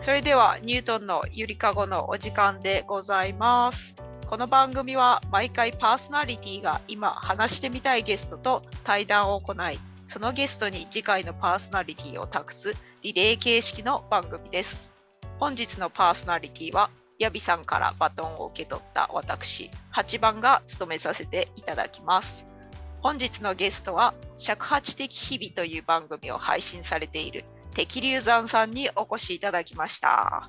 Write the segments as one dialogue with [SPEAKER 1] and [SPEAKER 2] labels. [SPEAKER 1] それではニュートンのゆりかごのお時間でございます。この番組は毎回パーソナリティが今話してみたいゲストと対談を行い、そのゲストに次回のパーソナリティを託すリレー形式の番組です。本日のパーソナリティはヤビさんからバトンを受け取った私、8番が務めさせていただきます。本日のゲストは尺八的日々という番組を配信されている敵流山さんにお越しいただきました。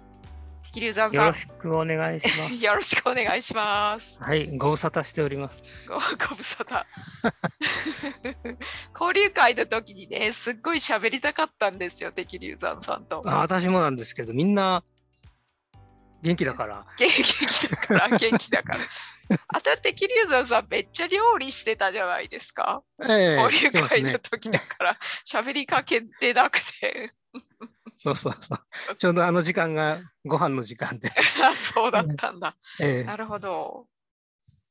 [SPEAKER 1] 敵流山
[SPEAKER 2] よ
[SPEAKER 1] さ
[SPEAKER 2] ろしくお願いしま
[SPEAKER 1] ん、
[SPEAKER 2] す。
[SPEAKER 1] よろしくお願いします。
[SPEAKER 2] はい、ご無沙汰しております。
[SPEAKER 1] ごご無沙汰。 交流会の時にね、すっごい喋りたかったんですよ、敵流山さんと。
[SPEAKER 2] あ私もなんですけど、みんな元気だから、
[SPEAKER 1] 元気だ から、元気だから。あと敵流山さん、めっちゃ料理してたじゃないですか。
[SPEAKER 2] え
[SPEAKER 1] 交
[SPEAKER 2] 来
[SPEAKER 1] 流
[SPEAKER 2] てます
[SPEAKER 1] 会の
[SPEAKER 2] ね。
[SPEAKER 1] 時だから、喋りかけれなくて。
[SPEAKER 2] そうそうそう。ちょうどあの時間がご飯の時間 で。
[SPEAKER 1] あそうだったんだ。
[SPEAKER 2] え
[SPEAKER 1] なるほど。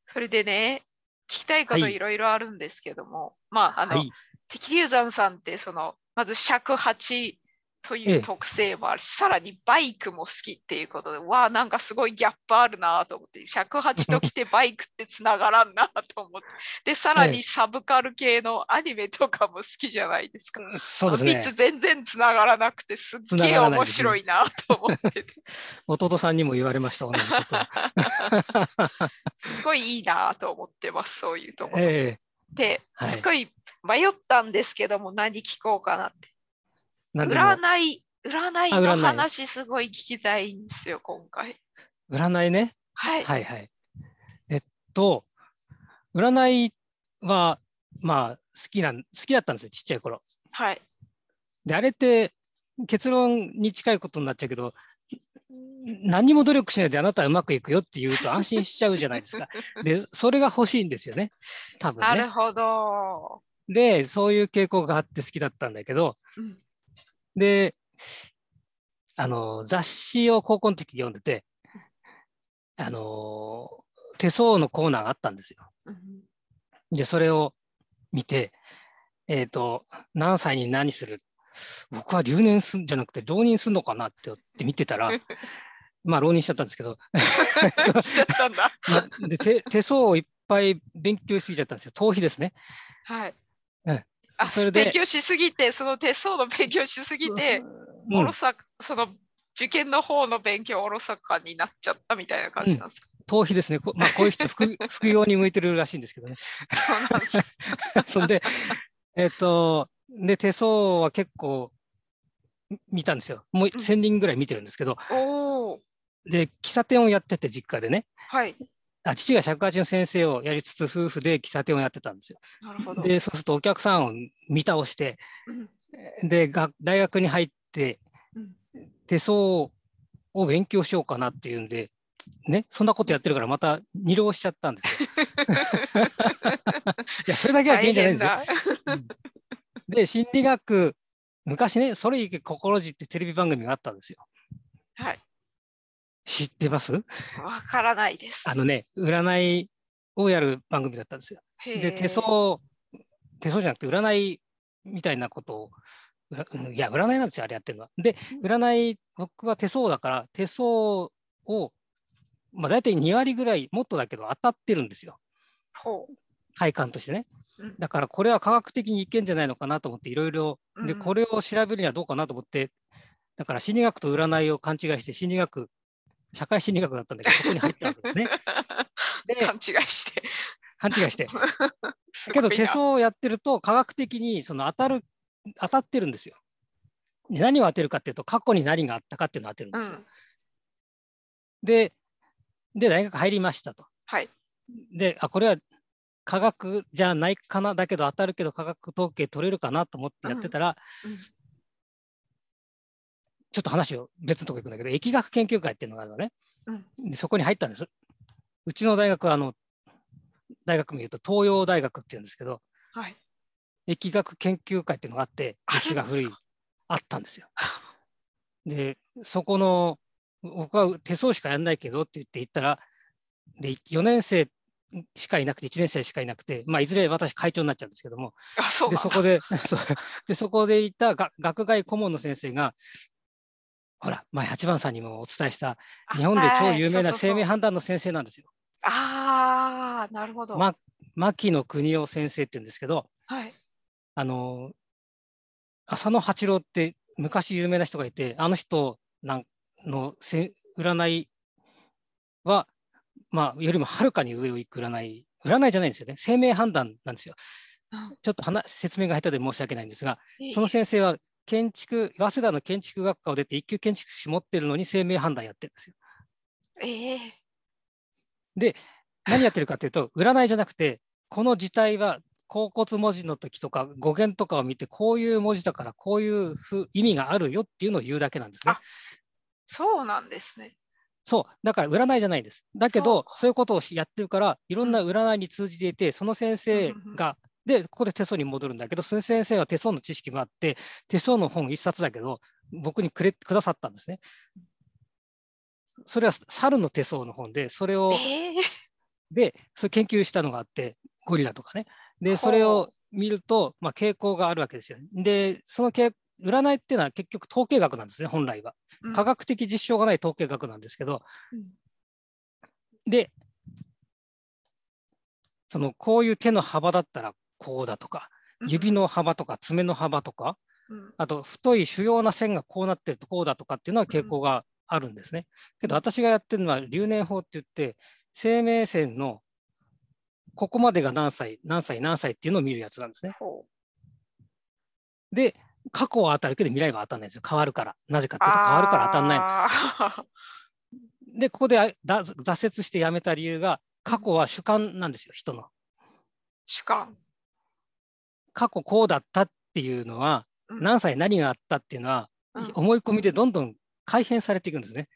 [SPEAKER 1] それでね、聞きたいこと
[SPEAKER 2] はい
[SPEAKER 1] いろいろあるんですけども、まあ、あ
[SPEAKER 2] え
[SPEAKER 1] の、
[SPEAKER 2] はい、
[SPEAKER 1] 敵流山さんってそのまず尺八という
[SPEAKER 2] ええ
[SPEAKER 1] 特性もあるし、さらにバイクも好きっていうことでわあなんかすごいギャップあるなと思って尺八ときてバイクってつながらんなと思 ってでさら
[SPEAKER 2] え
[SPEAKER 1] にサブカル系のアニメとかも好きじゃないですか。
[SPEAKER 2] そうですね
[SPEAKER 1] 3。つ全然つながらなくてすっげえ
[SPEAKER 2] 繋がらない
[SPEAKER 1] 面
[SPEAKER 2] ですね
[SPEAKER 1] 白いなと思ってて
[SPEAKER 2] 弟さんにも言われました、同じこと。
[SPEAKER 1] すごいいいなと思ってますそういう ところ。
[SPEAKER 2] ええ
[SPEAKER 1] で、
[SPEAKER 2] はい
[SPEAKER 1] すごい迷ったんですけども何聞こうかなって。
[SPEAKER 2] なんでも
[SPEAKER 1] 占い、占い
[SPEAKER 2] あ占
[SPEAKER 1] の
[SPEAKER 2] い
[SPEAKER 1] 話すごい聞きたいんですよ、今回。
[SPEAKER 2] 占いね。
[SPEAKER 1] はい。
[SPEAKER 2] はいはい。えっと、占いは、まあ、好きなん、好きだったんですよ、ちっちゃい頃。
[SPEAKER 1] はい。
[SPEAKER 2] で、あれって結論に近いことになっちゃうけど、ん何にも努力しないであなたはうまくいくよって言うと安心しちゃうじゃな いですか。で、それが欲しいんですよね。多分
[SPEAKER 1] なる
[SPEAKER 2] ね。
[SPEAKER 1] ほど。
[SPEAKER 2] で、そういう傾向があって好きだったんだけど、
[SPEAKER 1] うん
[SPEAKER 2] で、あの、雑誌を高校の時読んでて、あの、手相のコーナーがあったんですよ。
[SPEAKER 1] うん
[SPEAKER 2] で、それを見て、えっ、と、何歳に何する僕は留年すんじゃなくて、浪人すんのかなって思って見 てたら、まあ、浪人しちゃったんですけど、
[SPEAKER 1] しちゃったん だ。
[SPEAKER 2] まあで手 手相をいっぱい勉強しすぎちゃったんですよ。逃避ですね。
[SPEAKER 1] はい
[SPEAKER 2] うん。
[SPEAKER 1] あ
[SPEAKER 2] それで
[SPEAKER 1] 勉強しすぎて、その手相の勉強しすぎて、
[SPEAKER 2] うん
[SPEAKER 1] おろそか、その受験の方の勉強おろそかになっちゃったみたいな感じなんですか。
[SPEAKER 2] 逃避ですね。こまあ、こういう人 副、副業に向いてるらしいんですけどね。
[SPEAKER 1] そうなんですか。
[SPEAKER 2] そんで、えっ、と、で、手相は結構み見たんですよ。もう1000人ぐらい見てるんですけど、
[SPEAKER 1] おお。
[SPEAKER 2] で、喫茶店をやってて、実家でね。
[SPEAKER 1] はい。
[SPEAKER 2] あ父が尺八の先生をやりつつ夫婦で喫茶店をやってたんですよ。
[SPEAKER 1] なるほど。
[SPEAKER 2] でそうするとお客さんを見倒して
[SPEAKER 1] うん
[SPEAKER 2] でが大学に入って
[SPEAKER 1] うん
[SPEAKER 2] 手相を勉強しようかなっていうんで、ね、そんなことやってるからまた二浪しちゃった んですよ。いやそれだけは
[SPEAKER 1] 大
[SPEAKER 2] 原因じゃな
[SPEAKER 1] 変
[SPEAKER 2] いんですよ。
[SPEAKER 1] だ。
[SPEAKER 2] で心理学昔ね「それいけ心地」ってテレビ番組があったんですよ。
[SPEAKER 1] はい。
[SPEAKER 2] 知ってます
[SPEAKER 1] わからないです。
[SPEAKER 2] あのね占いをやる番組だったんですよ。
[SPEAKER 1] へー、
[SPEAKER 2] で手相手相じゃなくて占いみたいなことをうらうんいや占いなんですよあれやってるのは。で
[SPEAKER 1] うん
[SPEAKER 2] 占い僕は手相だから手相を、まあ、大体2割ぐらいもっとだけど当たってるんですよ
[SPEAKER 1] ほう。
[SPEAKER 2] 体感としてね
[SPEAKER 1] うん
[SPEAKER 2] だからこれは科学的にいけんじゃないのかなと思っていろいろで
[SPEAKER 1] うん
[SPEAKER 2] これを調べるにはどうかなと思ってだから心理学と占いを勘違いして心理学社会心理学だったんだけどそこに入ったわ けですねで
[SPEAKER 1] 勘違いして。
[SPEAKER 2] 勘違いして
[SPEAKER 1] すごい
[SPEAKER 2] け
[SPEAKER 1] な
[SPEAKER 2] ど手相をやってると科学的にその当たる当たってるんですよ。で何を当てるかっていうと過去に何があったかっていうのを当てるんですよ。
[SPEAKER 1] うん
[SPEAKER 2] でで大学入りましたと。
[SPEAKER 1] はい。
[SPEAKER 2] であこれは科学じゃないかなだけど当たるけど科学統計取れるかなと思ってやってたら、
[SPEAKER 1] うんうん
[SPEAKER 2] ちょっと話を別のとこ行くんだけど疫学研究会っていうのがあるのね
[SPEAKER 1] うん
[SPEAKER 2] でそこに入ったんです。うちの大学はあの大学名言うと東洋大学っていうんですけど
[SPEAKER 1] はい。
[SPEAKER 2] 疫学研究会っていうのがあって、
[SPEAKER 1] あ
[SPEAKER 2] 歴史が古
[SPEAKER 1] あ
[SPEAKER 2] い
[SPEAKER 1] るんで、
[SPEAKER 2] あったんですよ。で、そこの、僕は手相しかやんないけどって言って行ったら、で4年生しかいなくて、1年生しかいなくて、まあ、いずれ私、会長になっちゃうんですけども、
[SPEAKER 1] あ、そう
[SPEAKER 2] で
[SPEAKER 1] なん
[SPEAKER 2] そ
[SPEAKER 1] だ。
[SPEAKER 2] こでそうでそこでいたが学外顧問の先生が、ほら、前八番さんにもお伝えした、日本で超有名な生命
[SPEAKER 1] 判
[SPEAKER 2] 判断の先生なんですよ。
[SPEAKER 1] あーなるほど。
[SPEAKER 2] ま、牧野邦夫先生って言うんですけど、
[SPEAKER 1] はい。
[SPEAKER 2] あの、浅野八郎って昔有名な人がいて、あの人なんのせ占いは、まあ、よりもはるかに上を行く占い、占いじゃないんですよね、生命判断なんですよ
[SPEAKER 1] うん。
[SPEAKER 2] ちょっと話説明が下手で申し訳ないんですが、その
[SPEAKER 1] え
[SPEAKER 2] 先生は建築、早稲田の建築学科を出て一級建築士持ってるのに生命判断やってるんですよ。
[SPEAKER 1] え
[SPEAKER 2] 何やってるかというと、占いじゃなくて、この字体は甲骨文字の時とか語源とかを見て、こういう文字だからこういうふう意味があるよっていうのを言うだけなんですね
[SPEAKER 1] あ。そうなんですね。
[SPEAKER 2] そう、だから占いじゃないんです。だけ
[SPEAKER 1] そう
[SPEAKER 2] ど、
[SPEAKER 1] か
[SPEAKER 2] そういうことをしやってるから、いろんな
[SPEAKER 1] う
[SPEAKER 2] 占いに通じていて、その先生
[SPEAKER 1] うんうんうん
[SPEAKER 2] が、で、ここで手相に戻るんだけど、その先生は手相の知識もあって、手相の本一冊だけど、僕にくれくださったんですね。それは猿の手相の本で、それを、
[SPEAKER 1] ええ
[SPEAKER 2] で、それ研究したのがあって、ゴリラとかね。で、それ
[SPEAKER 1] ほ
[SPEAKER 2] を見ると、まあ、傾向があるわけですよ。で、その傾占いっていうのは結局統計学なんですね、本来は。
[SPEAKER 1] うん
[SPEAKER 2] 科学的実証がない統計学なんですけど、
[SPEAKER 1] うん
[SPEAKER 2] で、そのこういう手の幅だったらこうだとか、指の幅とか爪の幅とか、
[SPEAKER 1] うん
[SPEAKER 2] あと太い主要な線がこうなってるとこうだとかっていうのは傾向があるんですね。けど私がやってるのは留年法って言って、生命線のここまでが何歳、何歳、何歳っていうのを見るやつなんですね。
[SPEAKER 1] ほう
[SPEAKER 2] で、過去は当たるけど未来は当たらないんですよ。変わるから。なぜかっていうと変わるから当たらないの
[SPEAKER 1] あ
[SPEAKER 2] で、ここであだ挫折してやめた理由が、過去は主観なんですよ、人の。
[SPEAKER 1] ー主観。
[SPEAKER 2] 過去こうだったっていうのは、
[SPEAKER 1] うん
[SPEAKER 2] 何歳何があったっていうのは、
[SPEAKER 1] うん
[SPEAKER 2] 思い込みでどんどん改変されていくんですね。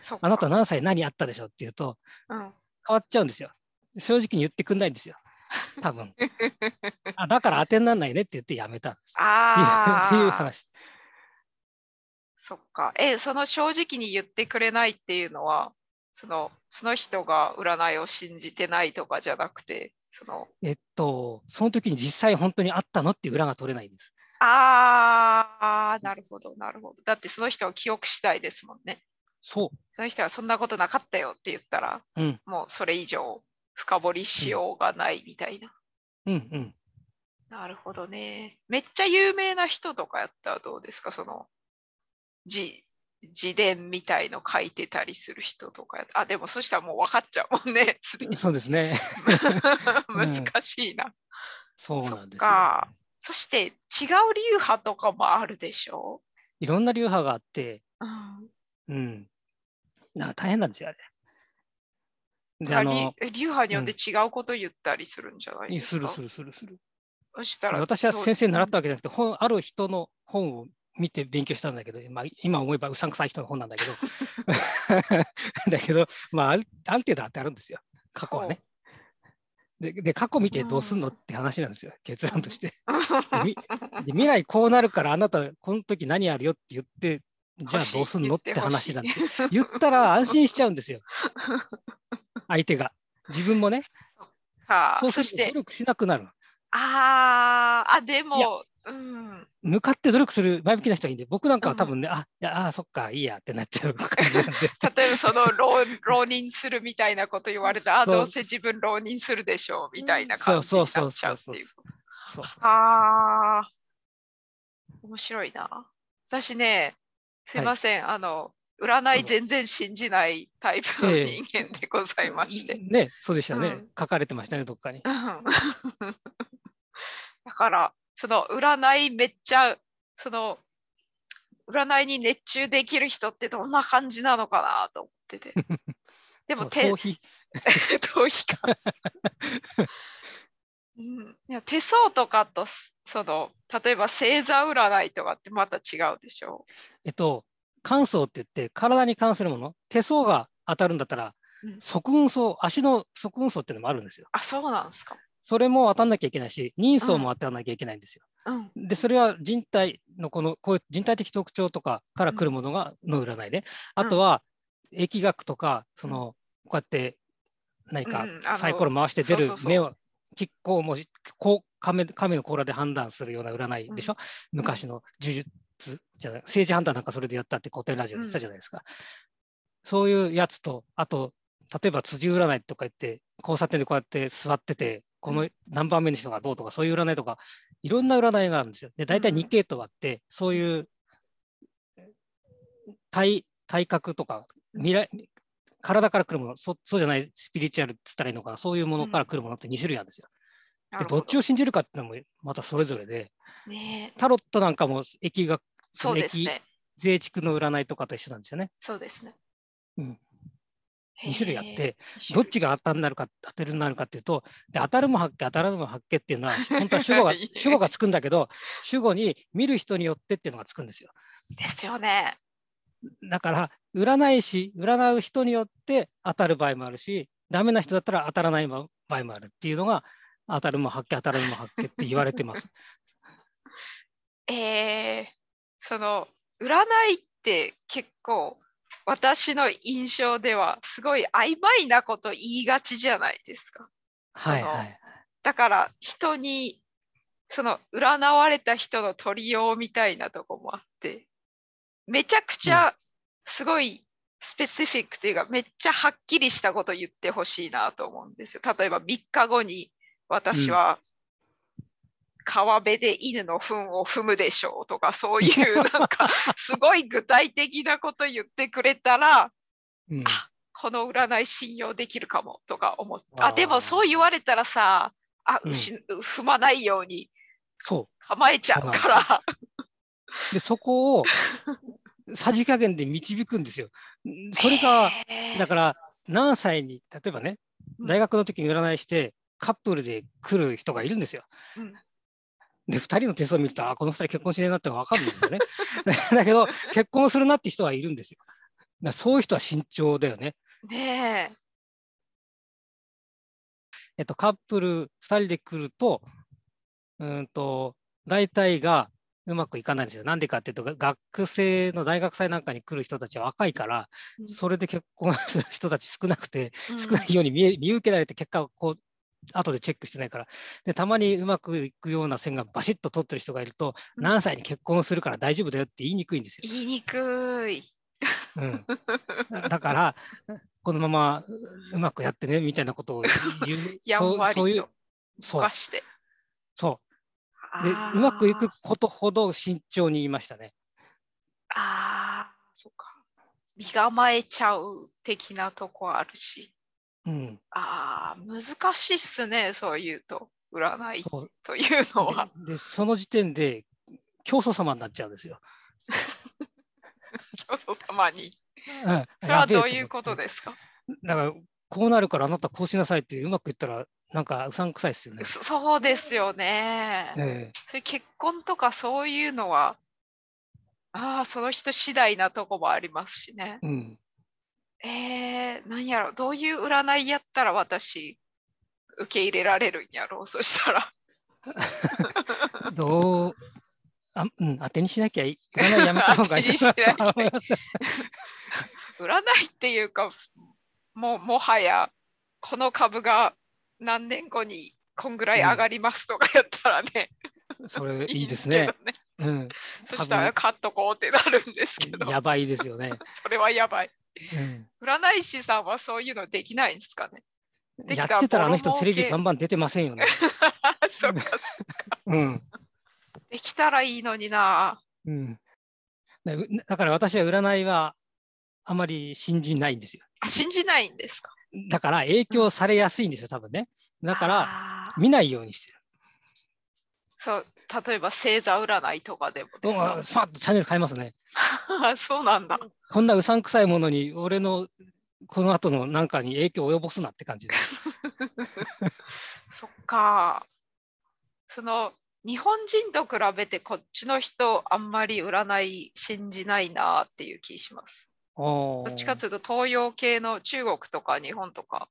[SPEAKER 1] そっか
[SPEAKER 2] あなた何歳何あったでしょっていうと、
[SPEAKER 1] うん
[SPEAKER 2] 変わっちゃうんですよ。正直に言ってくんないんですよ。多分あだから当てにならないねって言ってやめたんです。っていう
[SPEAKER 1] あ
[SPEAKER 2] っていう
[SPEAKER 1] あ。
[SPEAKER 2] 話。
[SPEAKER 1] そっか。え、その正直に言ってくれないっていうのは、そのその人が占いを信じてないとかじゃなくて、その
[SPEAKER 2] えっと、その時に実際本当にあったのっていう裏が取れないんです。
[SPEAKER 1] ああ、なるほど、なるほど。だってその人は記憶次第ですもんね。
[SPEAKER 2] そ
[SPEAKER 1] その人はそんなことなかったよって言ったら、
[SPEAKER 2] う。うん。
[SPEAKER 1] もうそれ以上深掘りしようがないみたいな。
[SPEAKER 2] うんうん。
[SPEAKER 1] なるほどね。めっちゃ有名な人とかやったらどうですかその、じ自伝みたいの書いてたりする人とかやあ、でもそしたらもう分かっちゃうもんね。す でに
[SPEAKER 2] そうですね。うん
[SPEAKER 1] 難しいな。
[SPEAKER 2] そうなん
[SPEAKER 1] そ
[SPEAKER 2] で
[SPEAKER 1] っ
[SPEAKER 2] すよ。
[SPEAKER 1] か。そして違う流派とかもあるでしょ
[SPEAKER 2] いろんな流派があって、
[SPEAKER 1] うん。
[SPEAKER 2] うん。だから大変なんですよ、あれ。で、
[SPEAKER 1] だから
[SPEAKER 2] あ
[SPEAKER 1] り
[SPEAKER 2] の、
[SPEAKER 1] 流派によって違うこと言ったりするんじゃないです
[SPEAKER 2] す
[SPEAKER 1] か。
[SPEAKER 2] るするするする。
[SPEAKER 1] そしたら
[SPEAKER 2] 私は先生に習っ
[SPEAKER 1] ど
[SPEAKER 2] たわけじゃなくて、本ある人の本を見て勉強したんだけど、まあ、今思えばうさんくさい人の本なんだけど、 だけど、まあ、あるある程度当てあるんですよ、過去はね。で、で過去見てどうすんのって話なんですよ、結論 として。でみで未来こうなるから、あなた、この時何あるよって言って、 じゃあどうすんのって 話なんですよ。
[SPEAKER 1] す
[SPEAKER 2] 言ったら安心しちゃうんです よ、相手が。自分もね、そ
[SPEAKER 1] そう
[SPEAKER 2] う
[SPEAKER 1] そ
[SPEAKER 2] す
[SPEAKER 1] し
[SPEAKER 2] ると努
[SPEAKER 1] て、
[SPEAKER 2] 力しなくなる。
[SPEAKER 1] あーあ、でも、うん。
[SPEAKER 2] 向かって努力する前向きな人はいいんで、僕なんかは
[SPEAKER 1] うん
[SPEAKER 2] 多分ね、あ、いや、あ、そっか、いいやってなっちゃう感じなんで、
[SPEAKER 1] 例えばその浪浪人するみたいなこと言われたら、あ
[SPEAKER 2] そう
[SPEAKER 1] どうせ自分浪人するでしょうみたいな
[SPEAKER 2] そ
[SPEAKER 1] 感
[SPEAKER 2] う
[SPEAKER 1] じ
[SPEAKER 2] そ
[SPEAKER 1] に
[SPEAKER 2] うそ
[SPEAKER 1] なっ
[SPEAKER 2] う
[SPEAKER 1] ちゃ
[SPEAKER 2] そうう
[SPEAKER 1] って
[SPEAKER 2] そう
[SPEAKER 1] いう。
[SPEAKER 2] そう。
[SPEAKER 1] ああ、面白いな。私ね、すいません、あの、占
[SPEAKER 2] どう
[SPEAKER 1] い
[SPEAKER 2] ぞ
[SPEAKER 1] 全然信じないタイプの
[SPEAKER 2] ええ
[SPEAKER 1] 人間でございまして。
[SPEAKER 2] ね、そうでしたね、
[SPEAKER 1] うん
[SPEAKER 2] 書かれてましたね、どっかに。
[SPEAKER 1] うん だから、その占いめっちゃ、その、占いに熱中できる人ってどんな感じなのかなと思って て。でも、
[SPEAKER 2] そう
[SPEAKER 1] 手
[SPEAKER 2] 逃避
[SPEAKER 1] 逃避か。うん、いや手相とかとすその例えば星座占いとかってまた違うでしょ
[SPEAKER 2] えっと、関相って言って、体に関するもの、手相が当たるんだったら
[SPEAKER 1] うん、
[SPEAKER 2] 足運相、足の足運相っていうのもあるんですよ。
[SPEAKER 1] あそうなんですか。
[SPEAKER 2] それも当たんなきゃいけないし、人相も当たらなきゃいけないんですよ。
[SPEAKER 1] うん、
[SPEAKER 2] で、それは人体のこの、こういう人体的特徴とかから来るものが、の占いね。あとは、疫学とか、その、こうやって、何か
[SPEAKER 1] うんうんあの
[SPEAKER 2] サイコロ回して出る
[SPEAKER 1] そうそうそう
[SPEAKER 2] 目を、亀甲もし、こう亀亀の甲羅で判断するような占いでしょ、昔の呪術つじゃない政治判断なんかそれでやったって古典ラジオでしたじゃないですか。そういうやつと、あと、例えば辻占いとか言って、交差点でこうやって座ってて、この何番目の人がどうとか、そういう占いとか、いろんな占いがあるんですよ。で、大体
[SPEAKER 1] うん
[SPEAKER 2] 2系統あって、そういう体体格とか未来、体から来るものそ、そうじゃないスピリチュアルって言ったらいいのかな、そういうものから来るものって2種類あるんですよ。
[SPEAKER 1] な
[SPEAKER 2] で、
[SPEAKER 1] る
[SPEAKER 2] ど
[SPEAKER 1] ほ
[SPEAKER 2] っちを信じるかっていうのもまたそれぞれで、
[SPEAKER 1] ねえ
[SPEAKER 2] タロットなんかも疫学、
[SPEAKER 1] そうですね。
[SPEAKER 2] 税畜の占いとかと一緒なんですよね。
[SPEAKER 1] そうですね。
[SPEAKER 2] うん2種類あっ
[SPEAKER 1] へえ、
[SPEAKER 2] て、
[SPEAKER 1] 二種
[SPEAKER 2] どっ
[SPEAKER 1] 類
[SPEAKER 2] ちが当たるなるか当てるなるかっていうと、で当たるも発見、当たらぬも発見っていうのは、本当は主語 が
[SPEAKER 1] いいね
[SPEAKER 2] 主語がつくんだけど、主語に見る人によってっていうのがつくんですよ。
[SPEAKER 1] ですよね。
[SPEAKER 2] だから、占い師、占う人によって当たる場合もあるし、ダメな人だったら当たらない場合もあるっていうのが、当たるも発見、当たらぬも発見って言われてます。
[SPEAKER 1] えー、その占いって結構私の印象ではすごい曖昧なこと言いがちじゃないですか。
[SPEAKER 2] はいはい。
[SPEAKER 1] だから人にその占われた人の取りようみたいなとこもあってめちゃくちゃすごいスペシフィックというか、めっちゃはっきりしたこと言ってほしいなと思うんですよ。例えば3日後に私は川辺で犬の糞を踏むでしょうとかそういうなんかすごい具体的なこと言ってくれたら
[SPEAKER 2] うん
[SPEAKER 1] この占い信用できるかもとか思って
[SPEAKER 2] あ
[SPEAKER 1] あ
[SPEAKER 2] ー
[SPEAKER 1] でもそう言われたらさあ、
[SPEAKER 2] うん
[SPEAKER 1] 牛踏まないように
[SPEAKER 2] そう。
[SPEAKER 1] 構えちゃうから
[SPEAKER 2] で、そこをさじ加減で導くんですよ。それが、だからら何歳に、例えばね、
[SPEAKER 1] うん
[SPEAKER 2] 大学の時に占いして、カップルで来る人がいるんですよ。
[SPEAKER 1] うん
[SPEAKER 2] で、2人の手相を見ると、あ、この2人結婚しねえなってのが分かるんですよね。 だけど、結婚するなって人はいるんですよ。だからそういう人は慎重だよね。
[SPEAKER 1] ねえ
[SPEAKER 2] えっと、カップル2人で来ると、うーんと、大体がうまくいかないんですよ。なんでかっていうと、が学生の大学祭なんかに来る人たちは若いから
[SPEAKER 1] う、ん
[SPEAKER 2] それで結婚する人たち少なくて、
[SPEAKER 1] うん
[SPEAKER 2] 少ないように見え見受けられて、結果をこう、後でチェックしてないから。で、たまにうまくいくような線がバシッと取ってる人がいると、
[SPEAKER 1] うん
[SPEAKER 2] 何歳に結婚するから大丈夫だよって言いにくいんですよ。
[SPEAKER 1] 言いにくい。
[SPEAKER 2] うん、 だだから、このままううまくやってねみたいなことを言う
[SPEAKER 1] 、やんわり
[SPEAKER 2] そうそういう
[SPEAKER 1] と、
[SPEAKER 2] そう
[SPEAKER 1] ば、して
[SPEAKER 2] そう。で、
[SPEAKER 1] あ
[SPEAKER 2] う
[SPEAKER 1] ー
[SPEAKER 2] まくいくことほど慎重に言いましたね。
[SPEAKER 1] あーそっか身構えちゃう的なとこあるし
[SPEAKER 2] うん。
[SPEAKER 1] あー難しいっすねそういうと占い
[SPEAKER 2] そう
[SPEAKER 1] というのは。
[SPEAKER 2] でで、その時点で、教祖様になっちゃうんですよ。
[SPEAKER 1] 教祖様に。
[SPEAKER 2] うん
[SPEAKER 1] それは
[SPEAKER 2] やべえ
[SPEAKER 1] ど
[SPEAKER 2] 思
[SPEAKER 1] う
[SPEAKER 2] って
[SPEAKER 1] いうことですか
[SPEAKER 2] だから、こうなるからあなたこうしなさいってうまくいったら、なんかうさんくさいですよね。
[SPEAKER 1] そそうですよね。
[SPEAKER 2] ええ
[SPEAKER 1] そういう結婚とかそういうのは、ああ、その人次第なとこもありますしね。
[SPEAKER 2] うん、
[SPEAKER 1] えー、なんやろ、どういう占いやったら私、受け入れられるんやろう、そしたら。
[SPEAKER 2] どうあ、うん、当てにしなきゃいい。占いやめた方がいいかな と思います。
[SPEAKER 1] 占いっていうか、もうもはや、この株が何年後にこんぐらい上がりますとかやったらね、
[SPEAKER 2] それいいです
[SPEAKER 1] ん
[SPEAKER 2] ね
[SPEAKER 1] け。どね。
[SPEAKER 2] うん、
[SPEAKER 1] そしたら、買っとこうってなるんですけど、
[SPEAKER 2] やばいです よね。
[SPEAKER 1] それはやばい。
[SPEAKER 2] うん
[SPEAKER 1] 占い師さんはそういうのできないんですかねでき
[SPEAKER 2] や
[SPEAKER 1] た
[SPEAKER 2] ってたらあの
[SPEAKER 1] ボ
[SPEAKER 2] 人
[SPEAKER 1] ロ儲
[SPEAKER 2] テ
[SPEAKER 1] け
[SPEAKER 2] レビバンバン出てませんよね。
[SPEAKER 1] そっか
[SPEAKER 2] うん
[SPEAKER 1] できたらいいのにな
[SPEAKER 2] うん、だうだから私は占いはあまり信じないんですよ。
[SPEAKER 1] あ信じないんですか
[SPEAKER 2] だから影響されやすいんですよ、多分ね。だから
[SPEAKER 1] ら
[SPEAKER 2] 見ないようにしてる。
[SPEAKER 1] そう例えば星座占いとかでもです
[SPEAKER 2] うわ
[SPEAKER 1] か
[SPEAKER 2] スパッとチャンネル変えますね。
[SPEAKER 1] そうなんだ
[SPEAKER 2] こんなうさんくさいものに俺のこの後のなんかに影響を及ぼすなって感 じで。
[SPEAKER 1] そっかその日本人と比べてこっちの人あんまり占い信じないなっていう気します
[SPEAKER 2] ど
[SPEAKER 1] どっちかというと東洋系の中国とか日本とか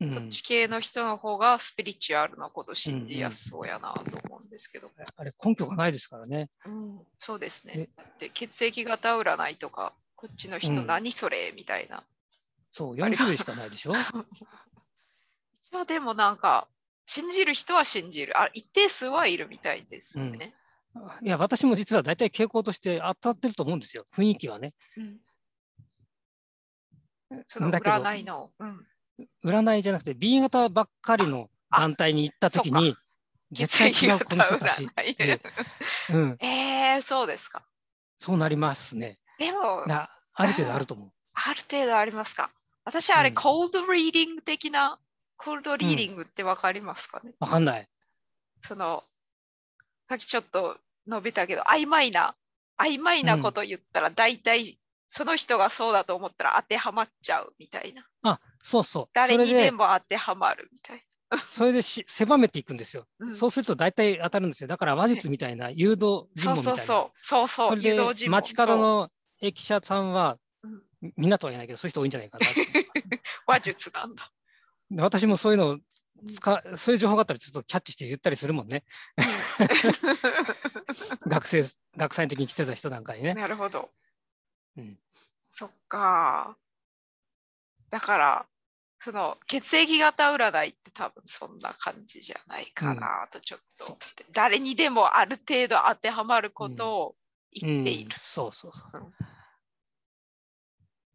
[SPEAKER 2] うん
[SPEAKER 1] そっち系の人の方がスピリチュアルなこと信じやすそうやなと思うんですけど、
[SPEAKER 2] あれ根拠がないですからね。
[SPEAKER 1] うん、そうですね
[SPEAKER 2] え。
[SPEAKER 1] だって血液型占いとか、こっちの人
[SPEAKER 2] うん
[SPEAKER 1] 何それ、みたいな。
[SPEAKER 2] そう、4種類しかないでしょ。
[SPEAKER 1] いやでもなんか、信じる人は信じる。あ一定数はいるみたいですね。
[SPEAKER 2] いや、私も実は大体傾向として当たってると思うんですよ、雰囲気はね。
[SPEAKER 1] うんその
[SPEAKER 2] だけど
[SPEAKER 1] 占いの。うん、
[SPEAKER 2] 占いじゃなくて B 型ばっかりの団体に行った時
[SPEAKER 1] あそ
[SPEAKER 2] に、絶対違うこの人た ちっ
[SPEAKER 1] 占い
[SPEAKER 2] て、うん、
[SPEAKER 1] えー、そうですか。
[SPEAKER 2] そうなりますね。
[SPEAKER 1] でも、あ
[SPEAKER 2] なある程度あると思う。
[SPEAKER 1] る程度ありますか。私、あれ、
[SPEAKER 2] うん
[SPEAKER 1] コールドリーディング的な、コールドリーディングってわかりますかね、
[SPEAKER 2] わかんない。
[SPEAKER 1] その、さっきちょっと述べたけど、曖昧な、曖昧なこと言ったら、大体、その人がそうだと思ったら当てはまっちゃうみたいな。
[SPEAKER 2] あそうそう。
[SPEAKER 1] 誰
[SPEAKER 2] それ
[SPEAKER 1] にで
[SPEAKER 2] で、
[SPEAKER 1] も当てはまるみたい
[SPEAKER 2] それでし狭めていくんですよ。
[SPEAKER 1] な。うん
[SPEAKER 2] そうすると大体当たるんですよ。だから話術みたいな、誘導尋
[SPEAKER 1] そうそ
[SPEAKER 2] 問みたいうな。
[SPEAKER 1] そう。そうそ。
[SPEAKER 2] そうれ
[SPEAKER 1] 誘導
[SPEAKER 2] で、
[SPEAKER 1] 尋問
[SPEAKER 2] 街角の駅舎さんは
[SPEAKER 1] うん、
[SPEAKER 2] みんなとは言えないけど、そういう人多いんじゃないかなって。
[SPEAKER 1] そう話術なん だ。
[SPEAKER 2] で私もそういうのを使う、そういう情報があったらちょっとキャッチして言ったりするもんね。学生、学際的に来てた人なんかにね。
[SPEAKER 1] なるほど。
[SPEAKER 2] うん
[SPEAKER 1] そっか。だから、その血液型占いって多分そんな感じじゃないかなとちょっと思って、誰にでもある程度当てはまることを言っている。。
[SPEAKER 2] うんそうそうそううん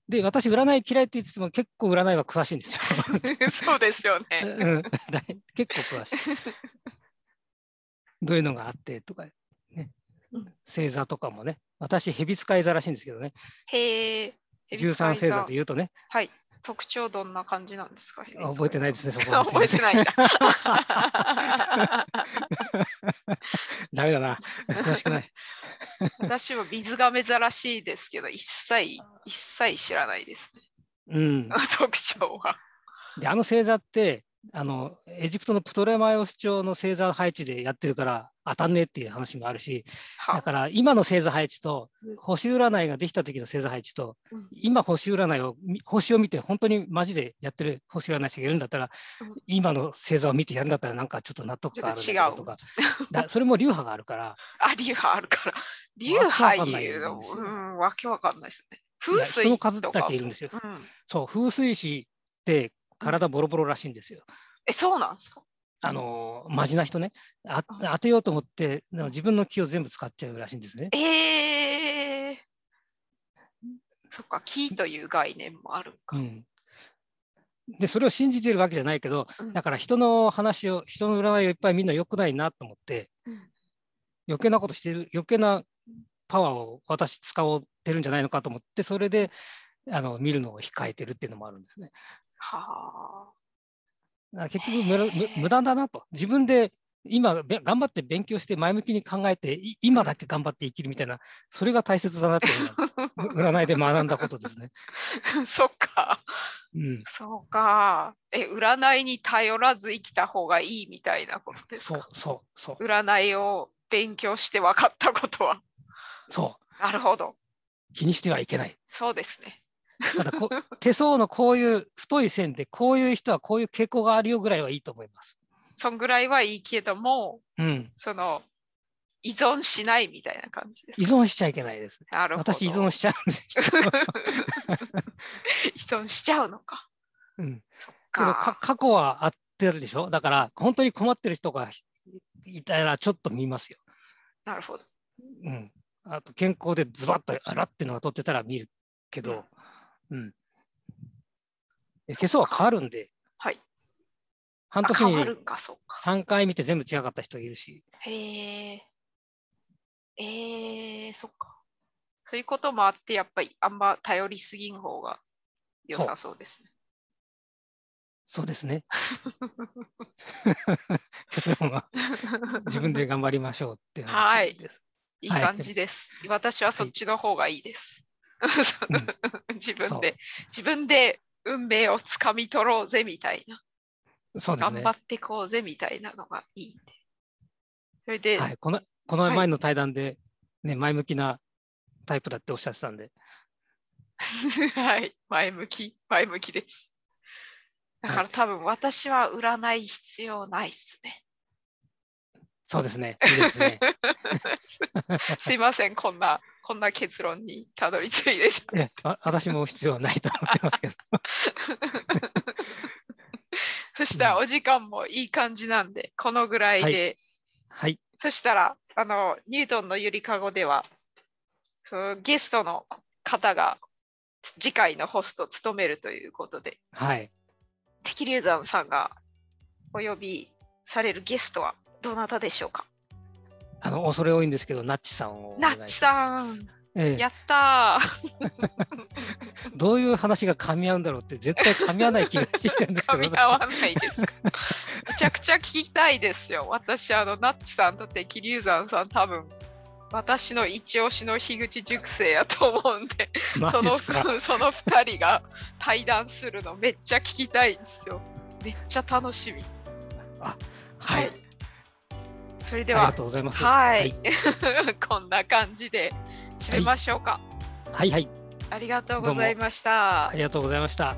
[SPEAKER 2] で、私、占い嫌いって言ってても結構占いは詳しいんですよ。
[SPEAKER 1] そうですよ
[SPEAKER 2] う
[SPEAKER 1] ね。
[SPEAKER 2] ん だい結構詳しい。どういうのがあってとか、ね
[SPEAKER 1] うん、
[SPEAKER 2] 星座とかもね、私、蛇使い座らしいんですけどね、
[SPEAKER 1] へえ。
[SPEAKER 2] 13星座で
[SPEAKER 1] いう。
[SPEAKER 2] 言うとね、
[SPEAKER 1] はい。特徴どんな感じなんですか。
[SPEAKER 2] あ覚えてないですすね、そこ は。
[SPEAKER 1] 覚えてないんだ。
[SPEAKER 2] ダメだな、 詳しくない。
[SPEAKER 1] 私は水亀座らしいですけど、一切、一切知らないですね。
[SPEAKER 2] うん、
[SPEAKER 1] 特徴は。
[SPEAKER 2] で、あの星座って、あのエジプトのプトレマイオス朝の星座配置でやってるから当たんねえっていう話もあるし、だ
[SPEAKER 1] は
[SPEAKER 2] から今の星座配置と星占いができた時の星座配置と
[SPEAKER 1] うん
[SPEAKER 2] 今星占いをみ星を見て本当にマジでやってる星占い師がいるんだったら
[SPEAKER 1] うん
[SPEAKER 2] 今の星座を見てやるんだったらなんかちょっと納得
[SPEAKER 1] ち
[SPEAKER 2] 感
[SPEAKER 1] ょ
[SPEAKER 2] あ
[SPEAKER 1] っ
[SPEAKER 2] る
[SPEAKER 1] と
[SPEAKER 2] んだ
[SPEAKER 1] 違
[SPEAKER 2] けど
[SPEAKER 1] う
[SPEAKER 2] と。かだそれも流派があるから
[SPEAKER 1] あ、流派あるから。流
[SPEAKER 2] わけわ
[SPEAKER 1] 派
[SPEAKER 2] かんない
[SPEAKER 1] いうの
[SPEAKER 2] ん
[SPEAKER 1] も、
[SPEAKER 2] です
[SPEAKER 1] う
[SPEAKER 2] よ
[SPEAKER 1] ん、わけわかんないですね。
[SPEAKER 2] い
[SPEAKER 1] 風
[SPEAKER 2] や人
[SPEAKER 1] 水
[SPEAKER 2] の数
[SPEAKER 1] と
[SPEAKER 2] だ
[SPEAKER 1] か
[SPEAKER 2] けい
[SPEAKER 1] も。
[SPEAKER 2] るんですよ。
[SPEAKER 1] うん、
[SPEAKER 2] そう風水師って体ボロボロらしいんですよ。
[SPEAKER 1] え、そうなんですか
[SPEAKER 2] あの真面な人ねあ当てようと思ってでも自分の気を全部使っちゃうらしいんですね。
[SPEAKER 1] えー。そっか、木という概念もあるんか。
[SPEAKER 2] うんでそれを信じてるわけじゃないけど
[SPEAKER 1] うん
[SPEAKER 2] だから人の話を人の占いをいっぱいみんな良くないなと思って
[SPEAKER 1] うん
[SPEAKER 2] 余計なことしてる余計なパワーを私使おうてるんじゃないのかと思ってそれであの見るのを控えてるっていうのもあるんですね。
[SPEAKER 1] はあ。
[SPEAKER 2] だから結局無駄無無駄だなと自分で今べ頑張って勉強して前向きに考えてい今だけ頑張って生きるみたいなそれが大切だなっていうのは占いで学んだことですね。
[SPEAKER 1] そっか。
[SPEAKER 2] うん、
[SPEAKER 1] そうか。え、占いに頼らず生きた方がいいみたいなことです
[SPEAKER 2] そう
[SPEAKER 1] か。
[SPEAKER 2] そうそう
[SPEAKER 1] 占いを勉強して分かったことは。
[SPEAKER 2] そ
[SPEAKER 1] なるほど。
[SPEAKER 2] う気にしてはいけない。
[SPEAKER 1] そうですね。
[SPEAKER 2] ただこ手相のこういう太い線でこういう人はこういう傾向があるよぐらいはいいと思います。
[SPEAKER 1] そんぐらいはいいけども、
[SPEAKER 2] うん、
[SPEAKER 1] その依存しないみたいな感じです
[SPEAKER 2] 依
[SPEAKER 1] か。
[SPEAKER 2] 存しちゃいけないです。
[SPEAKER 1] なるほど
[SPEAKER 2] 私依存しちゃうんですよ。
[SPEAKER 1] 依存しちゃうのか。
[SPEAKER 2] うん、けどか
[SPEAKER 1] か
[SPEAKER 2] 過去はあってるでしょだから本当に困ってる人がいたらちょっと見ますよ。
[SPEAKER 1] なるほど。
[SPEAKER 2] うん、あと健康でズバッとあらってのが取ってたら見るけど、うん、で手相は変わるんで
[SPEAKER 1] はい。
[SPEAKER 2] 半
[SPEAKER 1] あ
[SPEAKER 2] 年
[SPEAKER 1] 変わ
[SPEAKER 2] に
[SPEAKER 1] るんか、そうか。
[SPEAKER 2] 3回見て全部違かった人いるし。
[SPEAKER 1] へえ。えー、そっか。そういうこともあって、やっぱりあんま頼りすぎん方が良さそうですね。
[SPEAKER 2] そうですね。結論は自分で頑張りましょうっていう
[SPEAKER 1] はい
[SPEAKER 2] 話です。
[SPEAKER 1] いい感じです。私はそっちの方がいいです。 自分で、自分で運命をつかみ取ろうぜみたいな。
[SPEAKER 2] そうです
[SPEAKER 1] 頑
[SPEAKER 2] ね
[SPEAKER 1] 張。ってこうぜみたいなのがいいんで。それで、
[SPEAKER 2] はい、このこの前の対談で、ね前向きなタイプだっておっしゃってたんで、
[SPEAKER 1] はい、前向き、前向きです。だから多分私は占い必要ないっす ね。
[SPEAKER 2] そうですね。いいで すね
[SPEAKER 1] すいません、こんな、こんな結論にたどり着いてし
[SPEAKER 2] いやわ私も必要はないと思ってますけど。
[SPEAKER 1] そしたらお時間もいい感じなんで、このぐらいで
[SPEAKER 2] はい、
[SPEAKER 1] そしたら、あの、ニュートンのゆりかごでは、そのゲストの方が次回のホストを務めるということで、
[SPEAKER 2] はい。
[SPEAKER 1] 敵流山さんがお呼びされるゲストはどなたでしょうか
[SPEAKER 2] あの、恐れ多いんですけど、ナッチさんをお
[SPEAKER 1] ナ
[SPEAKER 2] 願いします。
[SPEAKER 1] ッチさん、
[SPEAKER 2] ええ
[SPEAKER 1] やった ー。
[SPEAKER 2] どういう話が噛み合うんだろうって、絶対噛み合わない気がしてきてるんですけ
[SPEAKER 1] 噛
[SPEAKER 2] ど
[SPEAKER 1] み、合わ ないですかめちゃくちゃ聞きたいですよ私あのナッチさんと敵流山さん多分私の一押しの樋口塾生やと思うんで
[SPEAKER 2] マ
[SPEAKER 1] そ
[SPEAKER 2] ジ
[SPEAKER 1] の
[SPEAKER 2] ですか。
[SPEAKER 1] その2人が対談するのめっちゃ聞きたいんですよめっちゃ楽しみ
[SPEAKER 2] はい。
[SPEAKER 1] それで
[SPEAKER 2] あり
[SPEAKER 1] は
[SPEAKER 2] がとうございます。
[SPEAKER 1] はい、
[SPEAKER 2] はい。
[SPEAKER 1] こんな感じで締めましょうか、
[SPEAKER 2] はいはい。
[SPEAKER 1] ありがとうございました
[SPEAKER 2] ありがとうございました。